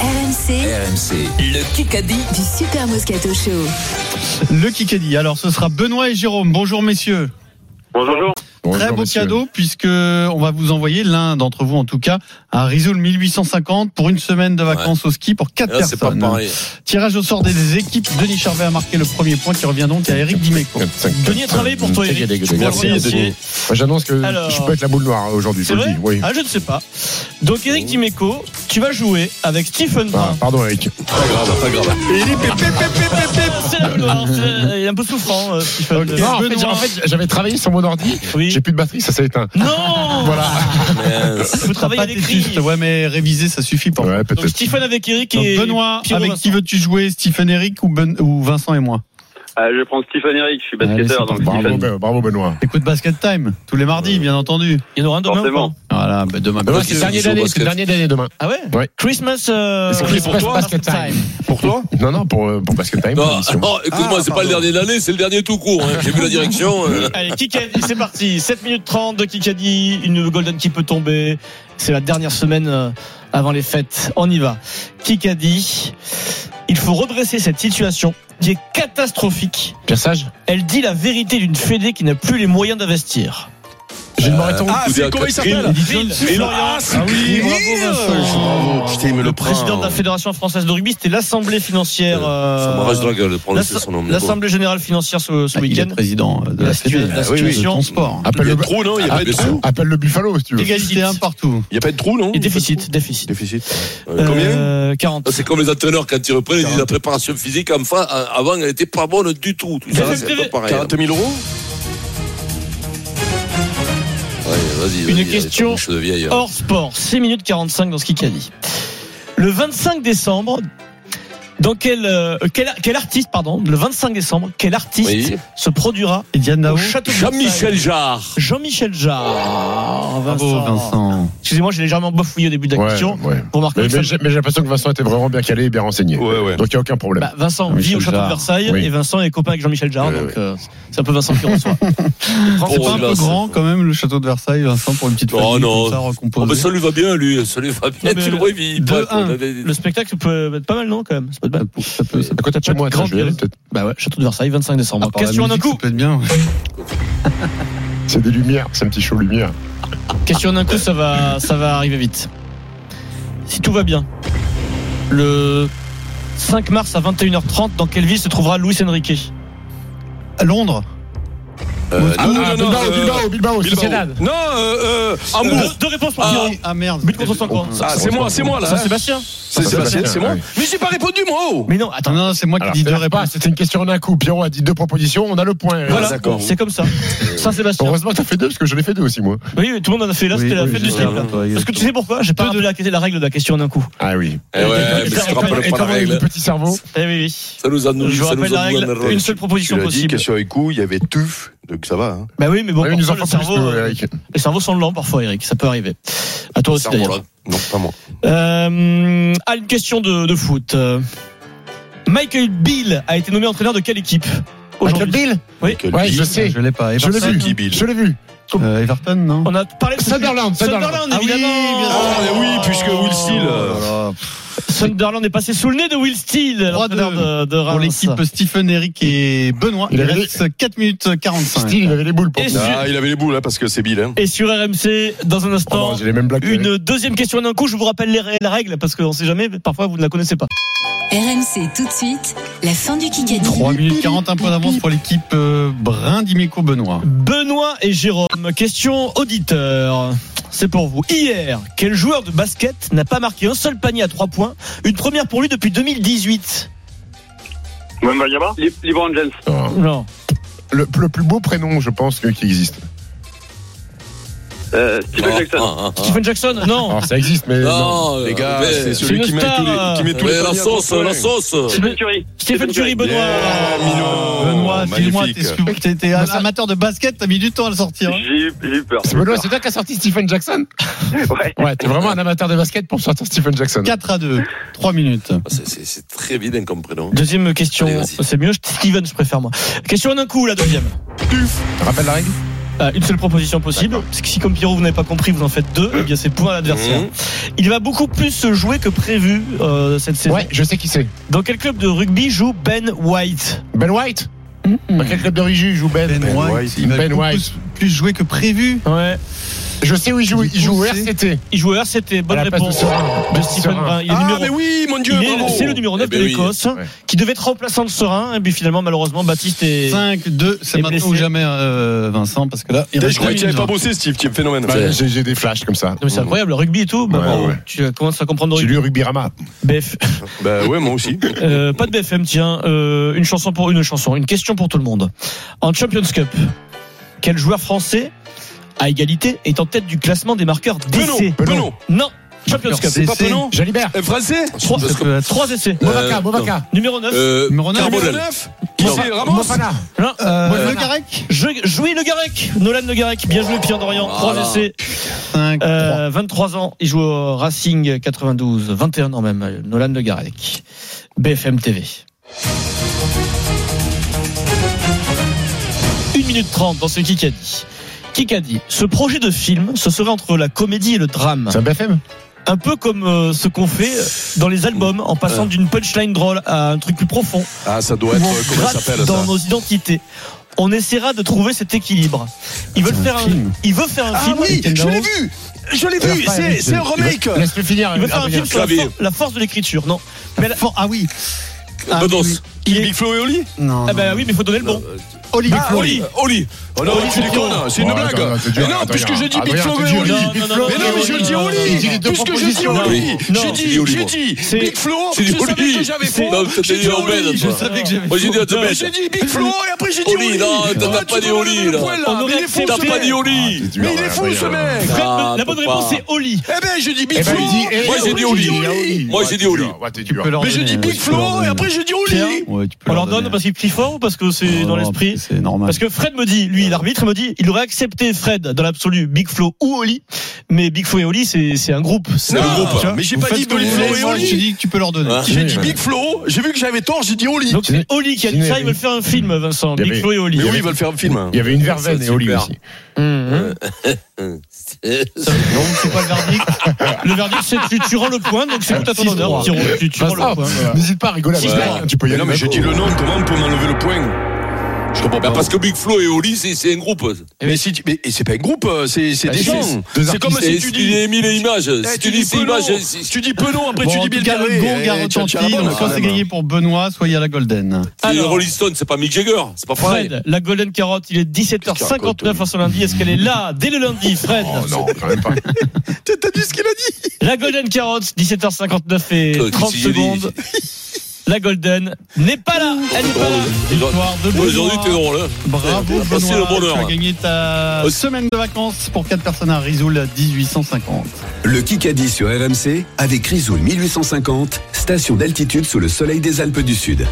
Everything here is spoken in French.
RMC RMC, le Kikadi. du Super Moscato Show. Le Kikadi. Alors, ce sera Benoît et Jérôme. Bonjour, messieurs. Bonjour. Très beau cadeau, puisque on va vous envoyer, l'un d'entre vous en tout cas, un Rizoul 1850 pour une semaine de vacances au ski pour quatre Là, Ah, c'est pas personnes. pareil. Tirage au sort des équipes. Denis Charvet a marqué le premier point qui revient donc à Eric Dimeco. Denis a travaillé pour toi, Eric. Je voulais Merci, remercier. Denis. Moi, J'annonce que Alors. je peux être la boule noire euh, aujourd'hui. C'est je le vrai dis, oui. Ah, je ne sais pas. Donc, Eric Dimeco, tu vas jouer avec Stephen Ah, Brun. pardon, Eric. Pas grave, pas grave. C'est la gloire. c'est- Il est un peu souffrant, euh, Stephen. Ok. Non, en fait, j'ai- Benoît. en fait, j'avais travaillé sur mon ordi. Oui. J'ai plus de batterie, ça s'est éteint. Non Voilà. Mince. Vous travaillez pas avec tes Riz. justes, Ouais, mais réviser, ça suffit pas. Ouais, Donc peut-être. Stephen avec Eric Donc, et Benoît, Pierrot avec Vincent. qui veux-tu jouer Stephen Eric ou, Ben- ou Vincent et moi Euh, je prends Stephen Eric, je suis Allez, basketteur, c'est donc parti. Bravo, Stephen. Ben- bravo, Benoît. Écoute Basket Time, tous les mardis, bien entendu. Il y en aura un demain. Forcément. ou pas Voilà, bah, demain. Benoît, Demain, Parce c'est que le dernier ils jouent au d'année. basket. C'est le dernier d'année demain. Ah ouais Ouais. Christmas, euh, C'est Christmas pour toi, Basket Time. Pour toi Non, non, pour, euh, pour Basket Time. Non, l'émission. non, Ah, oh, écoute-moi, c'est pas le dernier de l'année, c'est le dernier tout court. hein. J'ai vu la direction. euh. Allez, Kikadi, c'est parti. 7 minutes 30 de Kikadi, une Golden qui peut tomber. C'est la dernière semaine euh, avant les fêtes. On y va. Kikadi, il faut redresser cette situation qui est catastrophique. Pierre Sage Elle dit la vérité d'une Fédé qui n'a plus les moyens d'investir. Gilles Moreton. Ah, c'est comment il s'appelle Ville, Florian. Ah oui, bravo Vincent. le président de la Fédération française de rugby, c'était l'Assemblée financière. Ça me euh, rage dans la gueule de prononcer l'Asse- son nom. mais bon. L'Assemblée générale financière ce, ce Ah, Il est week-end. président de la La Fédé. situa- la Ah oui, oui, de situation. ton sport. Il Appelle y a le, de trou, non Il y a pas de appelle, trou appelle le Buffalo, si tu veux. Égalité un partout. Il n'y a pas de trou, non Et déficit, déficit. Euh, Combien Euh, 40. c'est comme les entraîneurs quand ils reprennent, ils disent la préparation physique en fa- avant elle était pas bonne du tout. Tout ça, c'est pas pareil. hein. 40 000 euros Ouais, vas-y, Une vas-y, question allez, t'as de vieille, hein. Hors sport, 6 minutes 45 dans ce qu'il a dit. Le 25 décembre, dans quel, euh, quel, quel artiste, pardon, le 25 décembre, quel artiste Oui. se produira Et Diane Dao au château de Jean-Michel Versailles Jarre. Jean-Michel Jarre. Bravo Vincent. Excusez-moi, j'ai légèrement bafouillé au début de la Ouais, question. ouais. Pour marquer Eh ben, Mais, que ça- mais j'ai mais j'ai l'impression que Vincent était vraiment bien calé et bien renseigné. Ouais, ouais. Donc il n'y a aucun problème. Bah, Vincent Jean-Michel vit au château de Jarre. Versailles Oui. et Vincent est copain avec Jean-Michel Jarre, Ouais, donc euh, c'est un peu Vincent qui reçoit. C'est Oh, pas un peu là, c'est- grand quand même le château de Versailles, Vincent, pour une petite Oh, famille non. comme ça Oh, mais recomposée. ça lui va bien, lui. Ça lui va bien. Non, mais Tu le le- vois, il vit de pas, un, on avait- Le spectacle peut être pas mal, non, quand même C'est pas de mal. Ça peut- ça peut- à côté de chez moi, tiens, Grande je vais y aller, peut-être. Bah ouais, Château de Versailles, 25 décembre. à part la Ah, question en un musique, coup. Ça peut être bien. C'est des lumières, c'est un petit show lumière. Question en un coup, ça va, ça va arriver vite. Si tout va bien, le 5 mars à 21h30, dans quelle ville se trouvera Luis Enrique À Londres Euh, Ah, non, ah, non, non, Bilbao, euh, Bilbao, Bilbao, Bilbao. Sociedad. Non, euh, euh, Hambourg. Deux, deux réponses pour Ah. Pierrot. Ah merde. But contre son camp. Ah, c'est moi, c'est moi, là. Saint hein. Sébastien C'est Sébastien, c'est moi. Ouais. Mais j'ai pas répondu, moi. oh. Mais non, attends. Non, Ah non, c'est moi qui Alors, dis deux c'est-à-dire pas, réponses. C'était une question en un coup. Pierrot a dit deux propositions, on a le point. Voilà, d'accord. c'est comme ça. Saint-Sébastien. Heureusement que t'as fait deux, parce que je l'ai fait deux aussi, moi. Oui, oui, tout le monde en a fait là, Oui, c'était la oui, fête du j'ai- slip. j'ai- Parce que tu sais pourquoi J'ai peur de la, la règle de la question en un coup. Ah oui. Eh ouais, mais si tu rappelles pas la règle, petit cerveau. Eh oui, oui. ça nous a nous Je vous ça nous rappelle la a nous règle, en erreur. une seule Tu proposition l'as dit, possible. question avec coup, il y avait tuf, donc ça va. hein. Bah oui, mais bon, Ah, il nous en parfois, le faut plus, cerveau, nous, euh, Eric. les cerveaux sont lents parfois, Eric, ça peut arriver. À toi aussi Ça, d'ailleurs. voilà. Non, pas moi. Euh, ah, une question de, de foot. Euh, Michael Bill a été nommé entraîneur de quelle équipe Michael aujourd'hui Bill Oui. Quel Ouais, bide. je sais. Je l'ai pas. Je l'ai Everton vu. Bill. Je l'ai vu. Euh, Everton, non On a parlé de Sunderland, Sunderland, Sunderland. évidemment. Ah, mais oui, puisque Will Oh, Steele. Sunderland est passé sous le nez de Will Steele, 3-2 l'entraîneur de, de Reims. Pour l'équipe Stephen, Eric et Benoît, il Il avait- reste 4 minutes 45. Style, il avait les boules pour Et ça. sur- Ah, il avait les boules, hein, parce que c'est Bill. hein. Et sur RMC, dans un Oh non, instant, J'ai les mêmes blagues. qu'Eric. une deuxième question en un coup. Je vous rappelle les, rè- la règle parce qu'on ne sait jamais, mais parfois vous ne la connaissez pas. RMC tout de suite, la fin du Kikadi. 3 minutes 40, un point d'avance pour l'équipe euh, Brun Dimeco Benoît. Benoît et Jérôme, question auditeur. C'est pour vous. Hier, quel joueur de basket n'a pas marqué un seul panier à 3 points Une première pour lui depuis 2018. Wemba Yama Lib- LeBron James. Oh. Non. Le, le plus beau prénom, je pense, que- qui existe. Euh, Steven Jackson. Ah, ah, ah. Stephen Jackson Non Alors, ça existe, mais. Non, Les gars, mais- c'est celui une qui met star, tous les, qui met tous mais les la paniers à sauce, trois la points. sauce. Stephen Curie. Stephen Curie, Benoît Yeah, Milo. Benoît, dis-moi, Oh, magnifique. t'es sûr que t'es- t'es un amateur de basket, t'as mis du temps à le sortir. hein. J'ai eu, j'ai eu peur. C'est Benoît, c'est toi qui as sorti Stephen Jackson Ouais. Ouais, t'es vraiment un amateur de basket pour sortir Stephen Jackson. 4 à 2, 3 minutes. C'est- C'est c'est très évident comme prénom. Deuxième question, Allez, vas-y. c'est mieux, Steven, je préfère moi. Question en un coup, la deuxième. Rappelle la règle Euh, une seule proposition possible, parce que si comme Pierrot vous n'avez pas compris, vous en faites deux, eh bien c'est point à l'adversaire. Mmh. Il va beaucoup plus se jouer que prévu euh, cette saison. Ouais, je sais qui c'est. Dans quel club de rugby joue Ben White Ben White Dans quel club de Rigi il joue Ben Ben, Ben White, White, il va Ben beaucoup White. Plus, plus jouer que prévu. Ouais. Je sais où il joue, il joue au Du coup, RCT. Il joue à c'était bonne À la place de réponse Serein. de Stephen Serein. Brun. Il est Ah, numéro- mais oui, mon Dieu, il est- bravo. c'est le numéro 9 Eh ben de oui. l'Écosse, Ouais. qui devait être remplaçant de Serein, et puis finalement, malheureusement, Baptiste est. 5, 2, c'est Et maintenant blessé. ou jamais, euh, Vincent, parce que là, il Eh, reste Je croyais que tu n'avais 20. pas bossé, Steve, tu es phénomène. Bah, J'ai j'ai des flashs comme ça. Non, mais c'est incroyable, le rugby et tout. bah, Ouais, bon, ouais. Tu commences à comprendre le J'ai rugby. lu Rugby Rama. BF. Bah ouais, moi aussi. Euh, pas de BFM, tiens. Euh, une chanson pour une chanson, une question pour tout le monde. En Champions Cup, quel joueur français à égalité est en tête du classement des marqueurs Penon, d'essais Penon. Non, Champions Cup. C'est Pas c'est- Penon Jalibert. Un Français Trois, ça peut être- trois essais. Movaca, Euh, Movaca. Numéro 9, Euh, Numéro neuf. Carbonel. 9 Qui c'est Ramos Mofana. Euh, Moi, je le veux Carrec Jouy Le Garec, Nolan Le Garec, bien joué Pierre Dorian, trois Voilà. essais, 5, Euh, 23 ans, il joue au Racing 92, 21 ans même, euh, Nolan Le Garec, BFM TV. 1 minute 30 dans ce Kikadi. Kikadi, ce projet de film, ce serait entre la comédie et le drame. C'est un BFM Un peu comme euh, ce qu'on fait dans les albums, en passant d'une punchline drôle à un truc plus profond. Ah, ça doit Où être. on Comment ça gratte s'appelle dans ça nos identités. On essaiera de trouver cet équilibre. Ils veulent faire un, film. ils veulent Ah faire un film. vu Je l'ai Alors, pas Eric, je- Laisse-le finir. Il veut faire un Adrien. film sur la, Clavier. for- la force de l'écriture, non Mais la- Ah oui Ah Bedos. il est- Big Flo et Oli Non. Ah bah oui, mais il faut donner le bon. Olivier Ah, Flo. Oli Oli Oh non, Oli, tu c'est déconnes, dur. c'est une Ouais, blague attends, attends, c'est dur, Mais non, attends, puisque je dis Big Adrien, Flo c'est et dur, Oli Oli. Non, non, non, Mais non, mais je le dis Il dit les Oli deux Puisque je dis propositions, Oli Oli. J'ai Non, dit, Oli, j'ai moi. dit C'est- Big Flo c'est Je savais Oli. que j'avais C'est- faux Non, t'as J'ai dit dit Obed, Oli toi. savais que j'avais Moi j'ai dit à te Non, mais mettre. J'ai dit Big Flo et après j'ai dit Oli, Oli non, t'as Ah, pas tu dit me Oli, donnes le là. poil, On Il aurait est fou T'as accepté. ce pas dit mec Oli. dur, Mais il ouais, est fou ouais, ce ouais. mec Fred, Ah, la bonne papa. réponse c'est Oli. Eh ben j'ai dit Big Eh ben, Flo il dit, eh, Moi j'ai dit Oli. Oli Moi, j'ai dit Oli. Ouais, t'es dur. Mais j'ai dit Big Flo et après j'ai dit Oli Ouais, tu peux On leur donne parce qu'il plie fort ou parce que c'est dans l'esprit Oh, C'est normal. parce que Fred me dit, lui, l'arbitre me dit, il aurait accepté Fred dans l'absolu, Big Flo ou Oli, mais Big Flo et Oli, c'est c'est un groupe. C'est Non, un groupe. tu vois. mais j'ai Vous pas faites dit Ah, ce que Big vous Flo voulez, et moi, je te Oli dis que tu peux leur donner. Hein J'ai dit Ouais. Big Flo, j'ai vu que j'avais tort, j'ai dit Oli Donc c'est Oli qui a dit Ciné, ça, oui. ils veulent faire un film, Vincent. Il y Big avait- Flo et Oli. Mais oui, ils veulent faire un film hein. Il y avait une verveine Ça, et Oli super. aussi. Mhm. Non, c'est pas le verdict. Le verdict, c'est que tu, tu rends le point, donc c'est tout à ton Six, honneur. trois. Pierrot. Tu, tu rends le Vincent, point. Ah, N'hésite pas à rigoler. avec Ouais. Adrien, Tu peux y Mais aller. non, mais j'ai dit le nom, comment on peut m'enlever le point Je comprends Bah, pas. parce que Big Flo et Oli, c'est c'est un groupe. Eh Bah, Mais, si tu- mais et c'est pas un groupe, euh, c'est c'est Ah, des c'est- gens. deux C'est comme si Et tu Si dis. tu mis les images, eh, si tu dis ces Penon, images, si- tu dis Penon, après Bon, tu en dis tout Bill cas, le Garvey, gong a eh, tu as- tu as la retenti. bonne, Donc, quand soit c'est même. gagné pour Benoît, soit il y a la Golden. c'est Alors. Rolling Stone, c'est pas Mick Jagger, c'est pas pareil. Fred, la Golden Carotte, il est 17h59 à son lundi. Est-ce qu'elle est là dès le lundi, Fred Oh non, quand même pas. T'as t'as vu ce qu'il a dit La Golden Carotte, 17h59 et Qu'est-ce 30 que j'ai dit secondes. La Golden n'est pas là. Elle n'est pas là. Victoire de Aujourd'hui, t'es Benoît. drôle. hein. Bravo Bah, T'as passé le Benoît, tu bonheur. as gagné ta Euh, semaine de vacances pour 4 personnes à Risoul à 1850. Le Kikadi sur RMC avec Risoul 1850, station d'altitude sous le soleil des Alpes du Sud.